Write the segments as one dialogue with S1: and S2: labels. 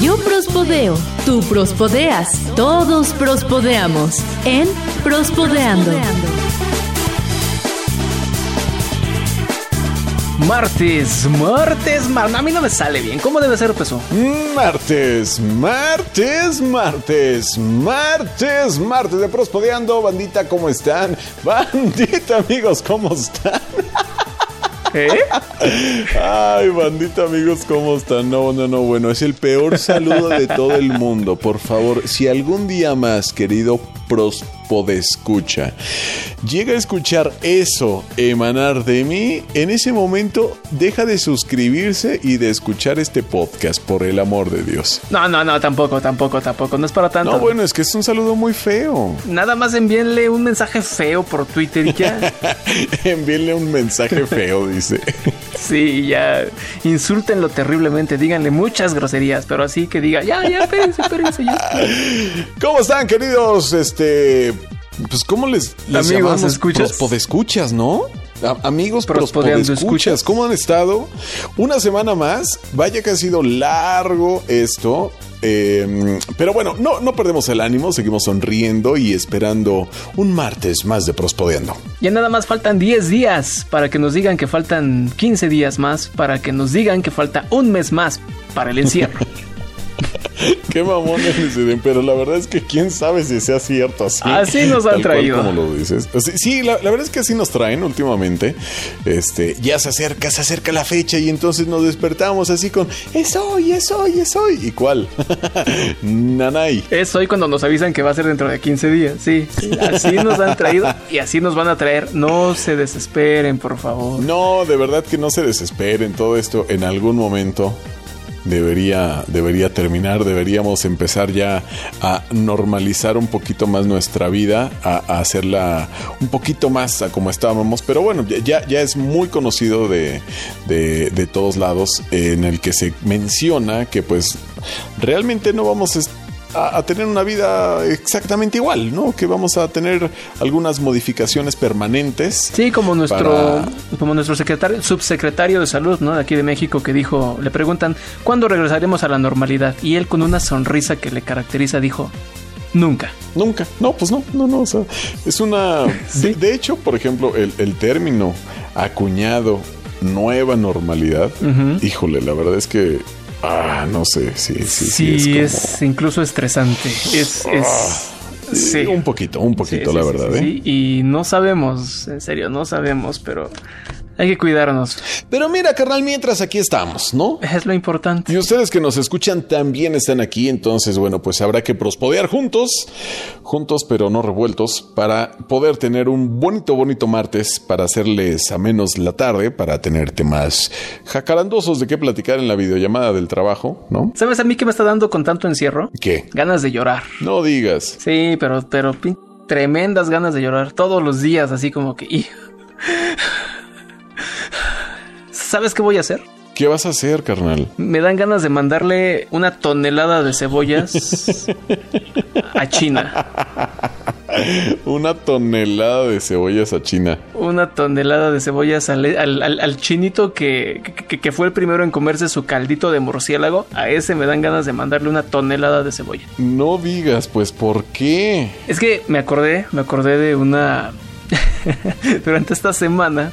S1: Yo prospodeo, tú prospodeas, todos prospodeamos en Prospodeando.
S2: Martes, martes, martes. A mí no me sale bien. ¿Cómo debe ser, peso?
S3: Martes, martes, martes, martes, martes de Prospodeando. Bandita, ¿cómo están? Bandita, amigos, ¿cómo están?
S2: ¿Eh?
S3: Ay, bandita, amigos, ¿cómo están? No, no, no, bueno, es el peor saludo de todo el mundo. Por favor, si algún día más, querido prospodescucha, llega a escuchar eso emanar de mí, en ese momento deja de suscribirse y de escuchar este podcast, por el amor de Dios.
S2: No, no, no, tampoco, tampoco, tampoco. No es para tanto.
S3: No, bueno, es que es un saludo muy feo.
S2: Nada más envíenle un mensaje feo por Twitter y ya.
S3: Envíenle un mensaje feo, dice.
S2: sí, ya. Insúltenlo terriblemente. Díganle muchas groserías, pero así que diga, ya, ya, espérense, espérense. Ya.
S3: ¿Cómo están, queridos? Este. Pues, ¿cómo les,
S2: Amigos,
S3: les llamamos?
S2: ¿escuchas?
S3: Prospodescuchas, ¿no? A- amigos
S2: Prospodeando
S3: prospodescuchas,
S2: escuchas.
S3: ¿cómo han estado? Una semana más, vaya que ha sido largo esto. eh, pero bueno, no, no perdemos el ánimo, seguimos sonriendo y esperando un martes más de Prospodeando.
S2: Ya nada más faltan 10 días para que nos digan que faltan 15 días más, para que nos digan que falta un mes más para el encierro.
S3: Qué mamones les den, pero la verdad es que quién sabe si sea cierto así.
S2: Así nos han
S3: Tal cual
S2: traído.
S3: Como lo dices. Pues Sí, sí, la, la verdad es que así nos traen últimamente. Este, ya se acerca, se acerca la fecha y entonces nos despertamos así con es hoy, es hoy, es hoy. ¿Y cuál? Nanay.
S2: Es hoy cuando nos avisan que va a ser dentro de 15 días. Sí, sí, así nos han traído y así nos van a traer. No se desesperen, por favor.
S3: No, de verdad que no se desesperen. Todo esto en algún momento debería, debería terminar. Deberíamos empezar ya a normalizar un poquito más nuestra vida, a, a hacerla un poquito más a como estábamos. Pero bueno, ya- ya, ya es muy conocido de, de- de todos lados eh, en el que se menciona que pues realmente no vamos a est- a, a tener una vida exactamente igual, ¿no? Que vamos a tener algunas modificaciones permanentes.
S2: Sí, como nuestro,
S3: Para-
S2: como nuestro secretario, subsecretario de salud, ¿no? De aquí de México, que dijo, le preguntan, ¿cuándo regresaremos a la normalidad? Y él con una sonrisa que le caracteriza dijo, nunca.
S3: Nunca. No, pues no, no, no. O sea, es una.
S2: Sí.
S3: de, de hecho, por ejemplo, el, el término acuñado nueva normalidad,
S2: Ujú.
S3: híjole, la verdad es que. Ah, no sé. Sí, sí, sí.
S2: Sí,
S3: como- Ah,
S2: es, incluso estresante. Es, es, sí.
S3: Un poquito, un poquito,
S2: Sí,
S3: la
S2: sí,
S3: verdad.
S2: sí,
S3: ¿eh?
S2: sí. Y no sabemos, en serio, no sabemos, pero hay que cuidarnos.
S3: Pero mira, carnal, mientras aquí estamos, ¿no?
S2: Es lo importante.
S3: Y ustedes que nos escuchan también están aquí, entonces bueno, pues habrá que prospodear juntos, juntos pero no revueltos, para poder tener un bonito, bonito martes, para hacerles a menos la tarde, para tener temas jacarandosos de qué platicar en la videollamada del trabajo, ¿no?
S2: ¿Sabes a mí qué me está dando con tanto encierro?
S3: ¿Qué?
S2: Ganas de llorar.
S3: No digas.
S2: Sí, pero, pero pin- tremendas ganas de llorar todos los días, así como que. "Hija". ¿Sabes qué voy a hacer?
S3: ¿Qué vas a hacer, carnal?
S2: Me dan ganas de mandarle una tonelada de cebollas a China.
S3: Una tonelada de cebollas a China.
S2: Una tonelada de cebollas al, al- al- al chinito que, que- que fue el primero en comerse su caldito de murciélago. A ese me dan ganas de mandarle una tonelada de cebolla.
S3: No digas, pues, ¿por qué?
S2: Es que me acordé, me acordé de una... Durante esta semana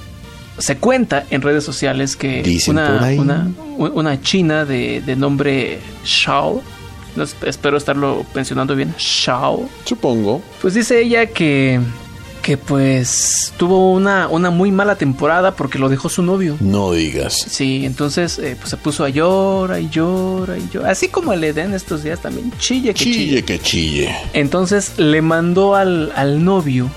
S2: se cuenta en redes sociales que
S3: Dicen por
S2: una,
S3: ahí.
S2: una, u- una china de, de nombre Shao, no, es- espero estarlo mencionando bien, Shao,
S3: Supongo.
S2: pues dice ella que, que pues tuvo una, una muy mala temporada porque lo dejó su novio.
S3: No digas.
S2: Sí, entonces eh, pues se puso a llorar y llorar y llorar. Así como el Edén estos días también chille que chille.
S3: Chille que chille.
S2: Entonces le mandó al, al novio,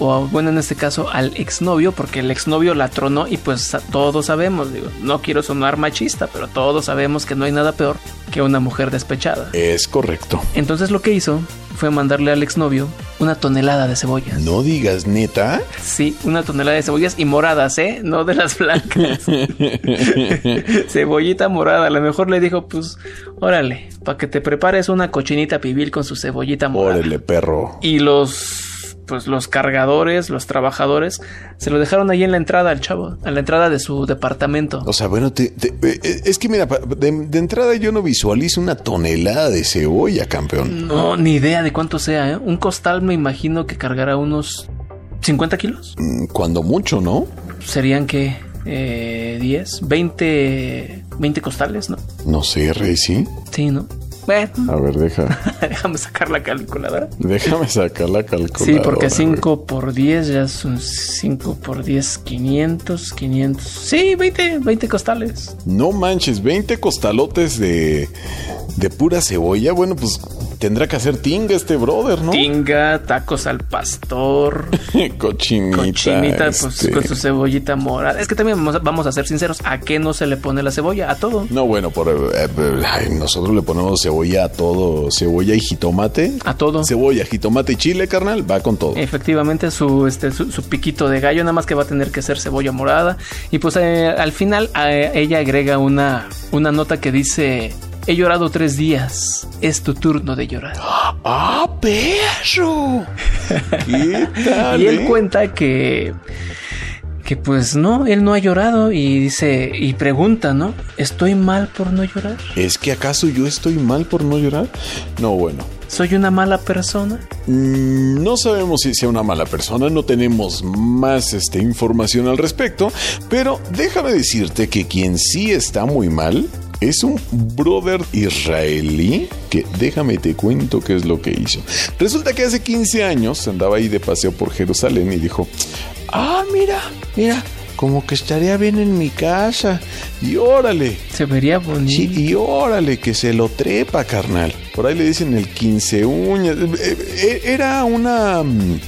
S2: o a- bueno, en este caso al exnovio, porque el exnovio la tronó y pues a- todos sabemos, digo, no quiero sonar machista, pero todos sabemos que no hay nada peor que una mujer despechada.
S3: Es correcto.
S2: Entonces lo que hizo fue mandarle al exnovio una tonelada de cebollas.
S3: No digas neta.
S2: Sí, una tonelada de cebollas y moradas, ¿eh? No de las blancas. Cebollita morada. A lo mejor le dijo, pues, órale, para que te prepares una cochinita pibil con su cebollita morada.
S3: Órale, perro.
S2: Y los pues los cargadores, los trabajadores, se lo dejaron ahí en la entrada al chavo, a la entrada de su departamento.
S3: O sea, bueno, te- te- es que mira, de, de entrada yo no visualizo una tonelada de cebolla, campeón.
S2: No, ni idea de cuánto sea, ¿eh? Un costal me imagino que cargará unos 50 kilos.
S3: Mm, Cuando mucho, ¿no?
S2: Serían que eh, 10, 20, 20 costales, ¿no?
S3: No sé, Rey, sí.
S2: Sí, ¿no? Bueno,
S3: A ver, deja,
S2: déjame sacar la calculadora.
S3: déjame sacar la calculadora.
S2: Sí, porque
S3: güey.
S2: 5 por 10 ya son 5 por 10, 500, 500. Sí, 20, 20 costales.
S3: No manches, 20 costalotes de, de pura cebolla. Bueno, pues tendrá que hacer tinga este brother, ¿no?
S2: Tinga, tacos al pastor,
S3: Cochinita.
S2: cochinita, pues
S3: este.
S2: con su cebollita morada. Es que también vamos a, vamos a ser sinceros, ¿a qué no se le pone la cebolla? A todo.
S3: No, bueno, por, eh, eh, ay, nosotros le ponemos cebolla a todo. Cebolla y jitomate.
S2: A todo.
S3: Cebolla, jitomate y chile, carnal, va con
S2: Eh.
S3: todo.
S2: Efectivamente, su, este, su, su piquito de gallo, nada más que va a tener que ser cebolla morada. Y pues eh, al final eh, ella agrega una, una nota que dice, he llorado tres días, es tu turno de llorar.
S3: ¡Ah, perro! ¿Qué tal?
S2: Y él
S3: eh?
S2: cuenta que, que pues no, él no ha llorado y dice, y pregunta, ¿no? ¿Estoy mal por no llorar?
S3: ¿Es que acaso yo estoy mal por no llorar? No, bueno.
S2: ¿Soy una mala persona?
S3: Mm, No sabemos si sea una mala persona, no tenemos más este, información al respecto, pero déjame decirte que quien sí está muy mal es un brother israelí que déjame te cuento qué es lo que hizo. Resulta que hace 15 años andaba ahí de paseo por Jerusalén y dijo, ah, mira, mira, como que estaría bien en mi casa y órale.
S2: Se vería bonito.
S3: Sí, y órale, que se lo trepa, carnal. Por ahí le dicen el 15 uñas. Eh, eh, Era una. mm,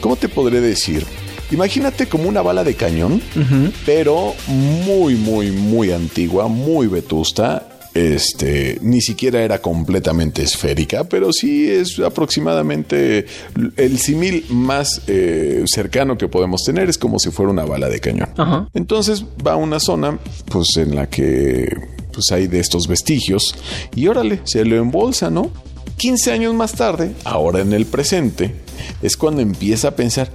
S3: ¿Cómo te podré decir? Imagínate como una bala de cañón,
S2: Ujú.
S3: pero muy, muy, muy antigua, muy vetusta. Este, ni siquiera era completamente esférica, pero sí es aproximadamente el simil más eh, cercano que podemos tener. Es como si fuera una bala de cañón.
S2: Ajá.
S3: Entonces va a una zona, pues en la que pues hay de estos vestigios y órale, se lo embolsa, ¿no? 15 años más tarde, ahora en el presente, es cuando empieza a pensar,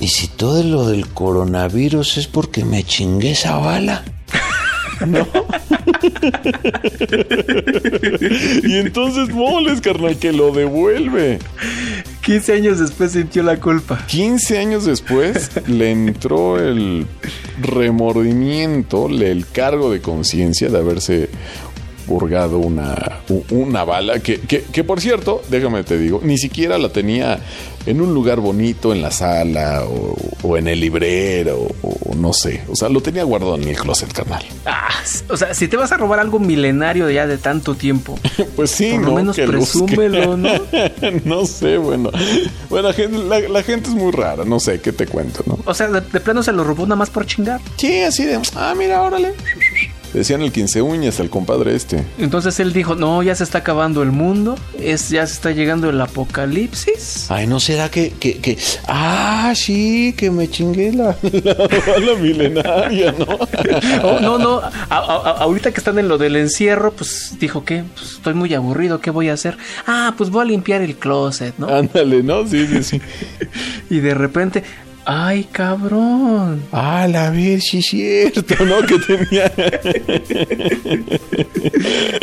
S4: ¿Y si todo lo del coronavirus es porque me chingué esa bala?
S3: y entonces moles, carnal, que lo devuelve.
S2: 15 años después sintió la culpa.
S3: 15 años después le entró el remordimiento, le- el cargo de conciencia de haberse burgado una, u- una bala que, que- que, por cierto, déjame te digo, ni siquiera la tenía en un lugar bonito, en la sala o, o en el librero o no sé. O sea, lo tenía guardado en el closet, carnal.
S2: Ah, o sea, si te vas a robar algo milenario ya de tanto tiempo,
S3: Pues sí,
S2: por
S3: ¿no?
S2: lo menos
S3: Que luzca.
S2: presúmelo, ¿no?
S3: no sé, bueno. Bueno, la gente, la- la gente es muy rara, no sé, ¿qué te cuento, no?
S2: O sea, de, de plano se lo robó nada más por chingar.
S3: Sí, así de, ah, mira, órale. Decían el 15 uñas al compadre este.
S2: Entonces él dijo, no, ya se está acabando el mundo, es, ya se está llegando el apocalipsis.
S4: Ay, ¿no será que, que, que... Ah, sí, que me chingué la...
S3: la milenaria, ¿no?
S2: Oh, no, no, a- a- a- ahorita que están en lo del encierro, pues dijo que pues, estoy muy aburrido, ¿qué voy a hacer? Ah, pues voy a limpiar el closet, ¿no?
S3: Ándale, ¿no? Sí, sí, sí.
S2: Y de repente, ay, cabrón.
S3: Ah, la ver, sí, cierto, ¿no? Que tenía.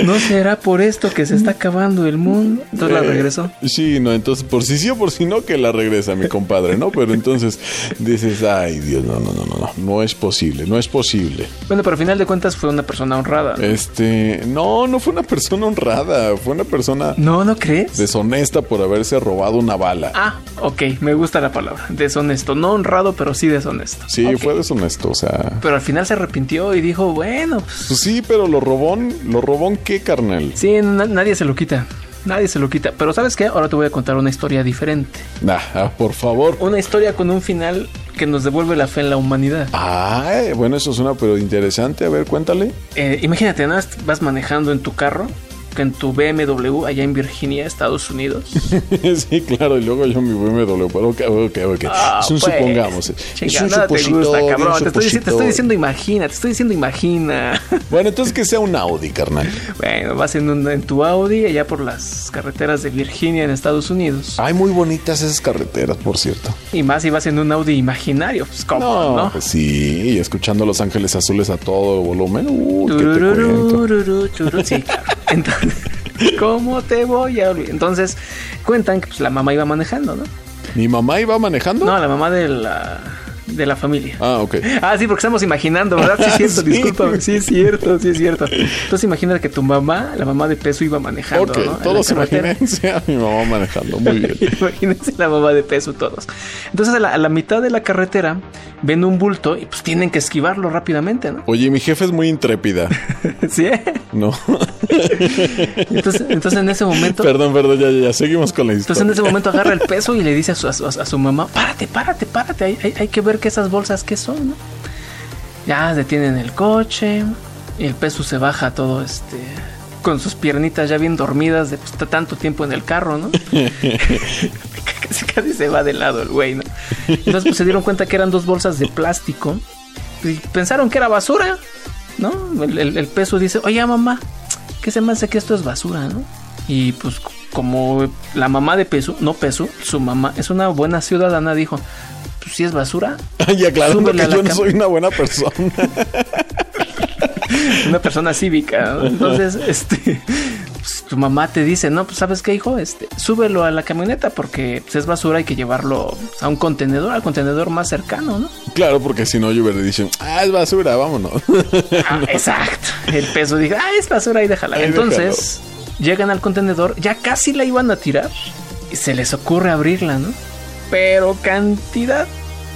S2: ¿No será por esto que se está acabando el mundo? Entonces la
S3: Eh,
S2: regresó.
S3: Sí, no, entonces por si sí o por si no que la regresa mi compadre, ¿no? Pero entonces dices, ay, Dios, no, no, no, no, no, no es posible, no es posible.
S2: Bueno, pero al final de cuentas fue una persona honrada. ¿no?
S3: Este, no, no fue una persona honrada, fue una persona
S2: No, ¿no crees?
S3: deshonesta por haberse robado una bala.
S2: Ah, ok, me gusta la palabra. Deshonesto. No honrado, pero sí deshonesto.
S3: Sí,
S2: Ok.
S3: fue deshonesto, o sea.
S2: Pero al final se arrepintió y dijo, bueno, pues
S3: Pues sí, pero lo robón, lo robón qué, carnal.
S2: sí, na- nadie se lo quita. Nadie se lo quita. Pero ¿sabes qué? Ahora te voy a contar una historia diferente.
S3: Nah, ah, por favor.
S2: Una historia con un final que nos devuelve la fe en la humanidad.
S3: Ay, bueno, eso suena pero interesante. A ver, cuéntale.
S2: Eh, imagínate, ¿no? Vas manejando en tu carro que en tu BMW allá en Virginia, Estados Unidos.
S3: sí, claro, y luego yo mi BMW. Pero ok, ok, ok.
S2: Ah,
S3: es un
S2: pues,
S3: supongamos. eh.
S2: chinga,
S4: es un
S2: nada te
S4: supositorio,
S2: gusta,
S4: un
S2: cabrón. Te estoy, dic- te estoy
S4: supositorio.
S2: diciendo imagina, te estoy diciendo imagina.
S3: Bueno, entonces que sea un Audi, carnal.
S2: Bueno, vas en, un- en tu Audi allá por las carreteras de Virginia en Estados Unidos.
S3: Hay muy bonitas esas carreteras, por cierto.
S2: Y más si vas en un Audi imaginario. Pues cómo, ¿no?
S3: pues sí, y escuchando Los Ángeles Azules a todo volumen. Uy, ¿qué te cuento?
S2: Turururu, churu, sí, claro. Entonces, ¿cómo te voy a olvidar? Entonces, cuentan que pues, la mamá iba manejando, ¿no?
S3: ¿Mi mamá iba manejando?
S2: No, la mamá de la, de la familia.
S3: Ah, ok.
S2: Ah, sí, porque estamos imaginando, ¿verdad? Sí, es cierto,
S3: Sí.
S2: discúlpame. Sí, es cierto, sí, es cierto. Entonces, imagina que tu mamá, la mamá de peso, iba manejando.
S3: Ok,
S2: ¿no? En la
S3: todos
S2: carretera.
S3: imagínense a mi mamá manejando. Muy bien.
S2: Imagínense la mamá de peso todos. Entonces, a la, a la mitad de la carretera ven un bulto y pues tienen que esquivarlo rápidamente, ¿no?
S3: Oye, mi jefe es muy intrépida,
S2: Sí. ¿eh?
S3: ¿no?
S2: Entonces, entonces en ese momento.
S3: perdón, perdón, ya, ya, ya. Seguimos con la historia.
S2: Entonces en ese momento agarra el peso y le dice a su, a su- a su mamá, párate, párate, párate, hay, hay- hay que ver que esas bolsas qué son, ¿no? Ya detienen el coche y el peso se baja todo este con sus piernitas ya bien dormidas de pues, t- tanto tiempo en el carro, ¿no? casi, casi se va de lado el güey, ¿no? Entonces pues, se dieron cuenta que eran dos bolsas de plástico y pensaron que era basura, ¿no? El, el- el peso dice, oye mamá, ¿qué se me hace que esto es basura, no? Y pues c- como la mamá de peso, no peso, su mamá es una buena ciudadana, dijo, pues si es basura,
S3: y aclarando
S2: súbele
S3: que
S2: a la
S3: yo no
S2: cama.
S3: soy una buena persona.
S2: una persona cívica. ¿no? Entonces, este, pues, tu mamá te dice, no, pues sabes qué, hijo, este, súbelo a la camioneta porque pues, es basura, hay que llevarlo pues, a un contenedor, al contenedor más cercano, ¿no?
S3: claro, porque si no, yo hubiera dicho, ah, es basura, vámonos.
S2: Ah, Exacto. El peso dijo, ah, es basura, ahí déjala.
S3: Ahí
S2: Entonces, llegan al contenedor, ya casi la iban a tirar y se les ocurre abrirla, ¿no? Pero cantidad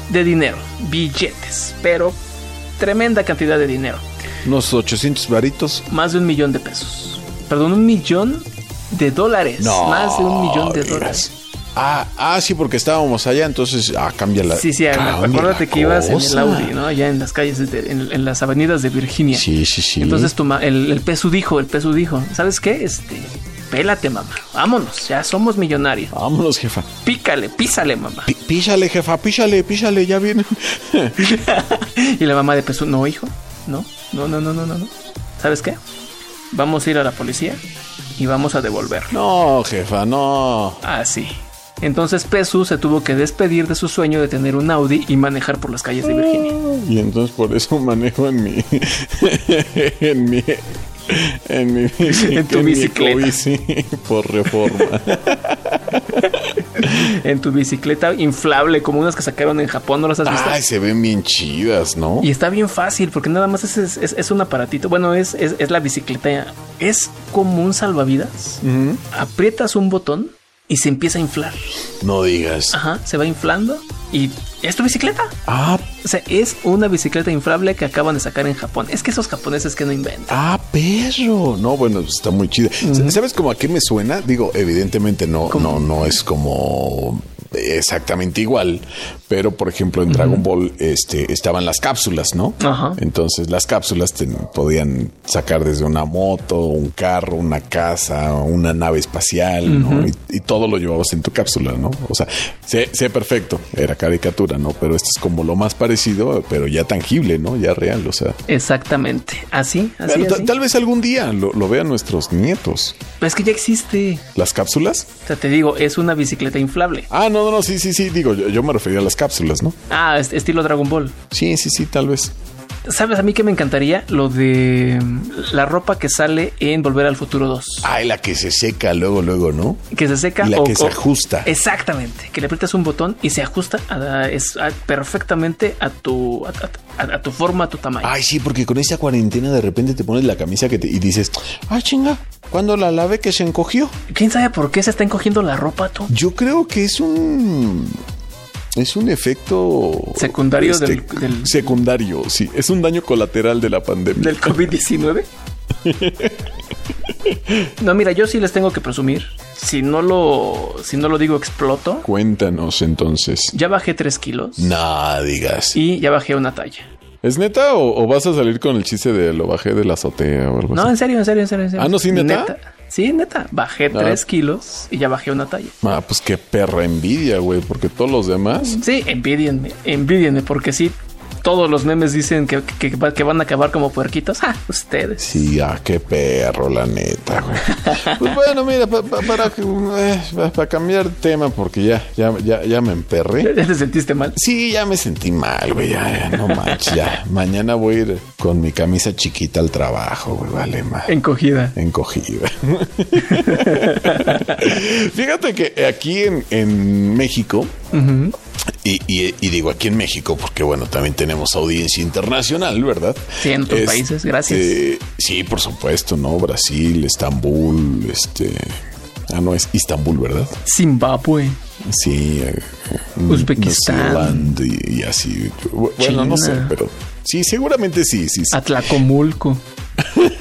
S2: de dinero, billetes, pero tremenda cantidad de dinero.
S3: Unos 800 varitos.
S2: más de un millón de pesos. Perdón, un millón de dólares. más de un millón de
S3: digas.
S2: dólares.
S3: Ah, ah, sí, porque estábamos allá, entonces, ah, cámbiala.
S2: Sí, sí,
S3: Cambia
S2: acuérdate
S3: la
S2: que ibas en el
S3: cosa.
S2: Audi, ¿no? Allá en las calles, de- en, en las avenidas de Virginia.
S3: Sí, sí, sí.
S2: Entonces tu ma- el, el peso dijo, el peso dijo, ¿sabes qué? Este, pélate, mamá. Vámonos, ya somos millonarios.
S3: Vámonos, jefa.
S2: Pícale, písale, mamá.
S3: Pi- Píchale, jefa, píchale, píchale, ya viene.
S2: Y la mamá de peso, no, hijo, no, no, no, no, no, no. no. ¿Sabes qué? Vamos a ir a la policía y vamos a devolverlo.
S3: No, jefa, no.
S2: Así. Entonces Pesu se tuvo que despedir de su sueño de tener un Audi y manejar por las calles de Virginia.
S3: Y entonces por eso manejo en mi. en mi. En mi
S2: En tu
S3: mi
S2: bicicleta.
S3: ecobici por reforma.
S2: En tu bicicleta inflable, como unas que sacaron en Japón, ¿no las has visto?
S3: Ay, se ven bien chidas, ¿no?
S2: Y está bien fácil, porque nada más es, es- es- es un aparatito. Bueno, es, es, es la bicicleta. Es como un salvavidas.
S3: Ujú.
S2: Aprietas un botón y se empieza a inflar.
S3: No digas.
S2: Ajá, se va inflando y es tu bicicleta.
S3: Ah,
S2: O sea, es una bicicleta inflable que acaban de sacar en Japón. Es que esos japoneses que no inventan.
S3: ah, perro. No, bueno, pues, está muy chida. ¿Sabes cómo a qué me suena? Digo, evidentemente no, no, no es como exactamente igual, pero por ejemplo en Dragon Ball este estaban las cápsulas, ¿no?
S2: Ajá.
S3: Entonces las cápsulas te podían sacar desde una moto, un carro, una casa, una nave espacial, ¿no? y, y todo lo llevabas en tu cápsula, ¿no? O sea, sé, sé perfecto, era caricatura, ¿no? Pero esto es como lo más parecido, pero ya tangible, ¿no? Ya real, o sea.
S2: Exactamente. Así, así.
S3: Pero ta-
S2: así.
S3: Tal vez algún día lo, lo vean nuestros nietos.
S2: Pero es que ya existe.
S3: ¿Las cápsulas?
S2: O sea, te digo, es una bicicleta inflable.
S3: Ah, no, no, no, sí, sí, sí, digo, yo, yo me refería a las cápsulas, ¿no?
S2: Ah, es- estilo Dragon Ball.
S3: Sí, sí, sí, tal vez.
S2: ¿Sabes a mí que me encantaría? Lo de mm, la ropa que sale en Volver al Futuro 2.
S3: Ay, la que se seca luego, luego, ¿no?
S2: Que se seca
S3: La
S2: o
S3: que se
S2: o-
S3: ajusta.
S2: Exactamente. Que le aprietas un botón y se ajusta a- es- a- perfectamente a tu, a, a- a tu forma, a tu tamaño.
S3: Ay, sí, porque con esta cuarentena de repente te pones la camisa que te, y dices, ay, chinga, ¿cuándo la lave que se encogió?
S2: ¿Quién sabe por qué se está encogiendo la ropa tú?
S3: Yo creo que es un. Es un efecto. este,
S2: Secundario del- del-
S3: Secundario, sí. Es un daño colateral de la pandemia.
S2: ¿Del COVID-19? No, mira, yo sí les tengo que presumir. Si no lo, si no lo digo, exploto.
S3: Cuéntanos entonces.
S2: Ya bajé 3 kilos
S3: Nah, digas.
S2: y ya bajé una talla.
S3: ¿Es neta o, o vas a salir con el chiste de lo bajé de la azotea o algo
S2: No,
S3: así?
S2: en serio, en serio, en serio. en serio.
S3: Ah, ¿no? ¿Sí, neta?
S2: Sí, neta. Bajé
S3: Ah.
S2: 3 kilos y ya bajé una talla.
S3: Ah, pues qué perra envidia, güey, porque todos los demás.
S2: Sí, envidienme, envidienme, porque sí, todos los memes dicen que, que- que- que van a acabar como puerquitos. ¡Ah! Ustedes.
S3: Sí, ah, qué perro, la neta, güey. Pues bueno, mira, pa- pa- para, eh, pa- para cambiar de tema, porque ya, ya, ya, ya me emperré.
S2: ¿Ya te sentiste mal?
S3: Sí, ya me sentí mal, güey. Ya, ya, no manches, ya. Mañana voy a ir con mi camisa chiquita al trabajo, güey. Vale, más.
S2: Encogida.
S3: Encogida. Fíjate que aquí en, en México, y, y- y digo aquí en México porque, bueno, también tenemos audiencia internacional, ¿verdad? Este,
S2: Sí, en otros países, gracias.
S3: Sí, por supuesto, ¿no? Brasil, Estambul, este... Ah, no, es Istambul, ¿verdad?
S2: Zimbabue.
S3: Sí. eh, mm,
S2: Uzbekistán.
S3: Zealand y, y así. Bueno, no sé,
S2: China. Ah.
S3: pero... Sí, seguramente sí, sí. sí.
S2: Atlacomulco.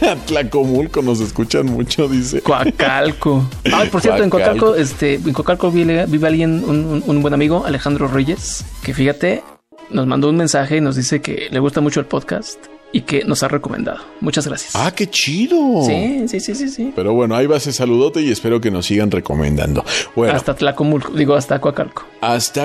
S3: Atlacomulco nos escuchan mucho, dice.
S2: Coacalco. Ay, por cierto, en
S3: Coacalco.
S2: Coacalco, este, en Coacalco vive, vive alguien, un, un- un buen amigo, Alejandro Reyes, que fíjate, nos mandó un mensaje y nos dice que le gusta mucho el podcast y que nos ha recomendado. Muchas gracias.
S3: Ah, qué chido.
S2: Sí, sí, sí, sí, sí.
S3: Pero bueno, ahí va ese saludote y espero que nos sigan recomendando. Bueno, hasta,
S2: Hasta Tlacomulco, digo, hasta Coacalco.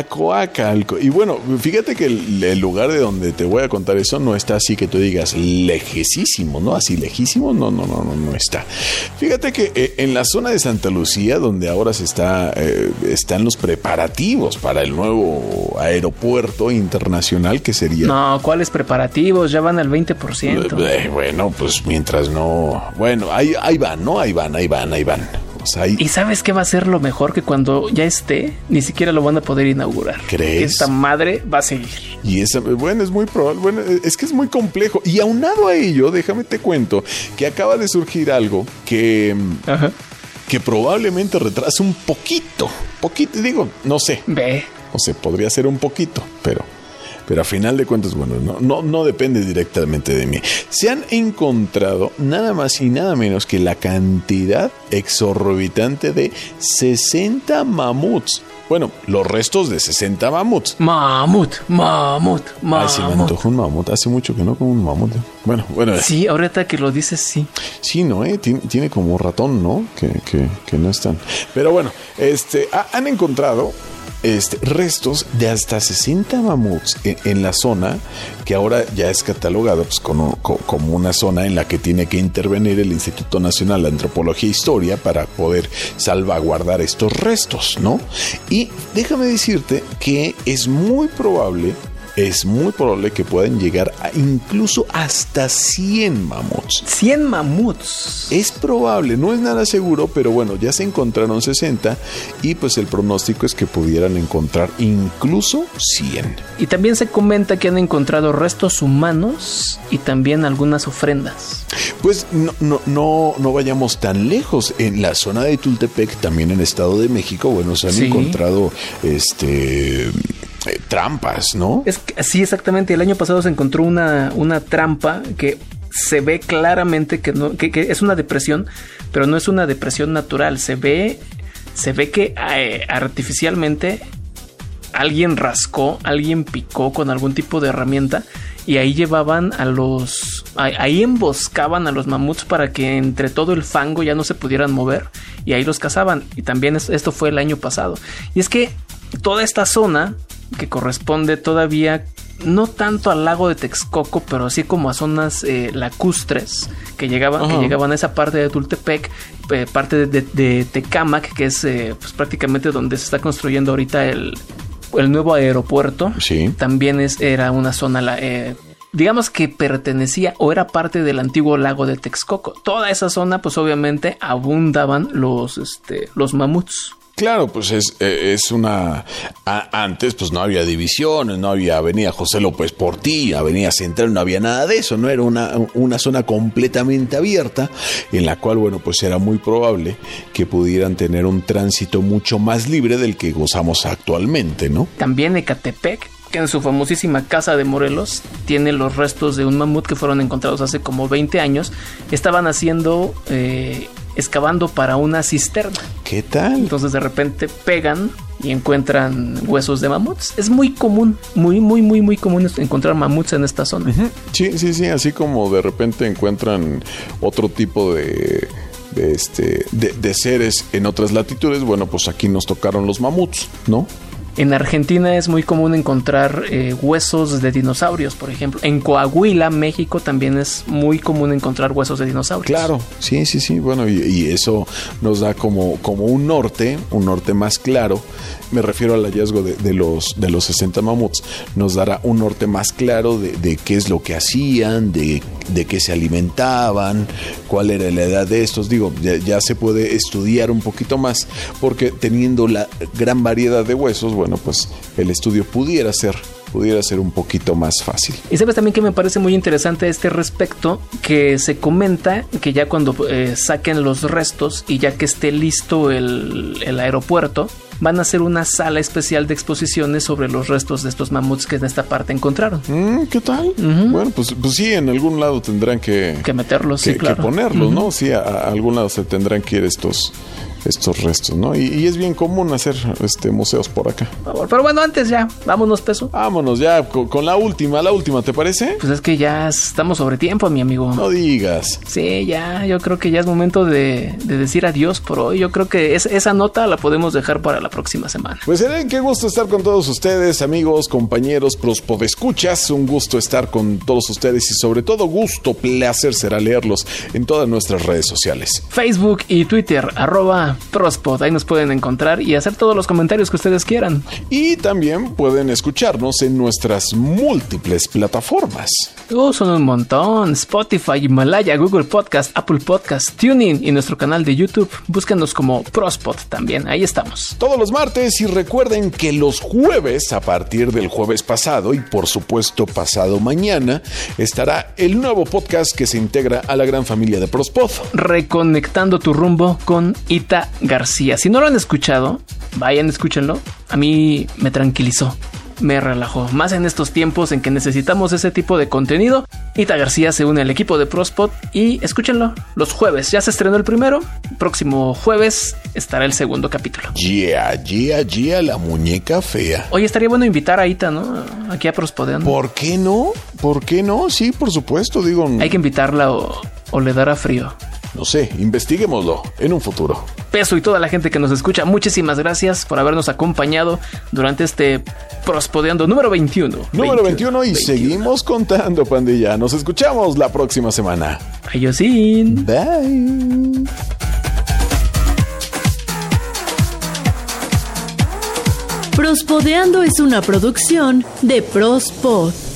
S3: Coacalco. Y bueno, fíjate que el, el lugar de donde te voy a contar eso no está así que tú digas lejísimo, ¿no? Así lejísimo, no, no, no, no, no está. Fíjate que eh, en la zona de Santa Lucía, donde ahora se está, eh, están los preparativos para el nuevo aeropuerto internacional que sería
S2: No, ¿cuáles preparativos? Ya van al 20%.
S3: Eh, bueno, pues mientras no. Bueno, ahí, ahí van, ¿no? Ahí van, ahí van, ahí van. O sea, ahí-
S2: ¿Y sabes qué va a ser lo mejor? Que cuando ya esté, ni siquiera lo van a poder inaugurar.
S3: ¿Crees?
S2: Esta madre va a seguir.
S3: Y esa, bueno, es muy probable. Bueno, e, es que es muy complejo. Y aunado a ello, déjame te cuento que acaba de surgir algo que, mm,
S2: Ajá.
S3: que probablemente retrase un poquito. Poquito, digo, no sé.
S2: Ve.
S3: O sea, podría ser un poquito, pero. Pero a final de cuentas, bueno, no, no, no depende directamente de mí. Se han encontrado nada más y nada menos que la cantidad exorbitante de 60 mamuts. Bueno, los restos de 60 mamuts.
S2: Mamut, mamut,
S3: Ay, se me
S2: mamut.
S3: antojó un mamut. Hace mucho que no como un mamut. ¿eh? Bueno, bueno, sí,
S2: Sí, ahorita que lo dices, sí.
S3: ¿no? Eh? Tiene, tiene como ratón, ¿no? Que, que- que no están. Pero bueno, este, ha- han encontrado este, restos de hasta 60 mamuts en, en la zona que ahora ya es catalogada pues, como, co- como una zona en la que tiene que intervenir el Instituto Nacional de Antropología e Historia para poder salvaguardar estos restos, ¿no? Y déjame decirte que es muy probable es muy probable que puedan llegar a incluso hasta 100 mamuts.
S2: 100 mamuts.
S3: Es probable, no es nada seguro, pero bueno, ya se encontraron 60 y pues el pronóstico es que pudieran encontrar incluso 100.
S2: Y también se comenta que han encontrado restos humanos y también algunas ofrendas.
S3: Pues no, no, no, no vayamos tan lejos. En la zona de Tultepec, también en Estado de México, bueno, se han
S2: Sí.
S3: encontrado este, eh, trampas, ¿no?
S2: Es que, sí, exactamente. El año pasado se encontró una, una trampa que se ve claramente que, no, que, que es una depresión, pero no es una depresión natural. Se ve, se ve que eh, artificialmente alguien rascó, alguien picó con algún tipo de herramienta y ahí llevaban a los, ahí- ahí emboscaban a los mamuts para que entre todo el fango ya no se pudieran mover y ahí los cazaban. Y también es- esto fue el año pasado. Y es que toda esta zona que corresponde todavía no tanto al lago de Texcoco, pero sí como a zonas eh, lacustres que llegaban, que
S3: Ajá.
S2: llegaban a esa parte de Tultepec, eh, parte de, de- de Tecámac, que es eh, pues, prácticamente donde se está construyendo ahorita el, el nuevo aeropuerto.
S3: Sí.
S2: También es, era una zona, la- eh, digamos que pertenecía o era parte del antiguo lago de Texcoco. Toda esa zona, pues obviamente abundaban los, este, los mamuts.
S3: Claro, pues es, eh, es una... a- antes pues no había divisiones, no había Avenida José López Portilla, Avenida Central, no había nada de eso, no era una, una zona completamente abierta en la cual, bueno, pues era muy probable que pudieran tener un tránsito mucho más libre del que gozamos actualmente, ¿no?
S2: También Ecatepec, que en su famosísima casa de Morelos tiene los restos de un mamut que fueron encontrados hace como 20 años. Estaban haciendo, eh, excavando para una cisterna.
S3: ¿Qué tal?
S2: Entonces de repente pegan y encuentran huesos de mamuts. Es muy común, muy, muy, muy, muy común encontrar mamuts en esta zona.
S3: Sí, sí, sí, así como de repente encuentran otro tipo de, de este, de, de seres en otras latitudes, bueno, pues aquí nos tocaron los mamuts, ¿no?
S2: En Argentina es muy común encontrar eh, huesos de dinosaurios, por ejemplo. En Coahuila, México, también es muy común encontrar huesos de dinosaurios.
S3: Claro, sí, sí, sí. Bueno, y, y eso nos da como, como un norte, un norte más claro. Me refiero al hallazgo de, de los, de los 60 mamuts. Nos dará un norte más claro de, de qué es lo que hacían, de, de, qué se alimentaban, cuál era la edad de estos. Digo, ya, ya se puede estudiar un poquito más, porque teniendo la gran variedad de huesos, bueno, pues el estudio pudiera ser pudiera ser un poquito más fácil.
S2: Y sabes también que me parece muy interesante a este respecto que se comenta que ya cuando eh, saquen los restos y ya que esté listo el, el, aeropuerto, van a hacer una sala especial de exposiciones sobre los restos de estos mamuts que en esta parte encontraron.
S3: Mm, ¿Qué tal? Uh -huh. Bueno, pues, pues, sí, en algún lado tendrán que...
S2: Que meterlos,
S3: que,
S2: sí, claro.
S3: que ponerlos, uh -huh. ¿no? Sí, a, a algún lado se tendrán que ir estos estos restos, ¿no? Y, y, es bien común hacer este museos por acá.
S2: Pero bueno, antes ya, vámonos, peso.
S3: Vámonos ya con, con, la última, la última, ¿te parece?
S2: Pues es que ya estamos sobre tiempo, mi amigo.
S3: No digas.
S2: Sí, ya, yo creo que ya es momento de, de decir adiós por hoy. Yo creo que es, esa nota la podemos dejar para la próxima semana.
S3: Pues Eren, qué gusto estar con todos ustedes, amigos, compañeros, prospodescuchas. Un gusto estar con todos ustedes y sobre todo gusto, placer será leerlos en todas nuestras redes sociales.
S2: Facebook y Twitter, arroba Prospod. Ahí nos pueden encontrar y hacer todos los comentarios que ustedes quieran.
S3: Y también pueden escucharnos en nuestras múltiples plataformas.
S2: Oh, son un montón. Spotify, Himalaya, Google Podcast, Apple Podcast, TuneIn y nuestro canal de YouTube. Búscanos como Prospod también. Ahí estamos.
S3: Todos los martes y recuerden que los jueves, a partir del jueves pasado y por supuesto pasado mañana, estará el nuevo podcast que se integra a la gran familia de Prospod.
S2: Reconectando tu rumbo con Ita García. Si no lo han escuchado, vayan, escúchenlo. A mí me tranquilizó, me relajó. Más en estos tiempos en que necesitamos ese tipo de contenido. Ita García se une al equipo de Prospot y escúchenlo los jueves. Ya se estrenó el primero. Próximo jueves estará el segundo capítulo.
S3: Yeah, yeah, yeah, la muñeca fea.
S2: Oye, estaría bueno invitar a Ita, ¿no? Aquí a Prospodeando.
S3: ¿Por qué no? ¿Por qué no? Sí, por supuesto, digo.
S2: Hay que invitarla o, o le dará frío.
S3: No sé, investiguémoslo en un futuro.
S2: Peso y toda la gente que nos escucha, muchísimas gracias por habernos acompañado durante este Prospodeando número 21.
S3: Número 21, 21 y 21. seguimos contando, pandilla. Nos escuchamos la próxima semana.
S2: Ayosin.
S3: Bye.
S1: Prospodeando es una producción de Prospod.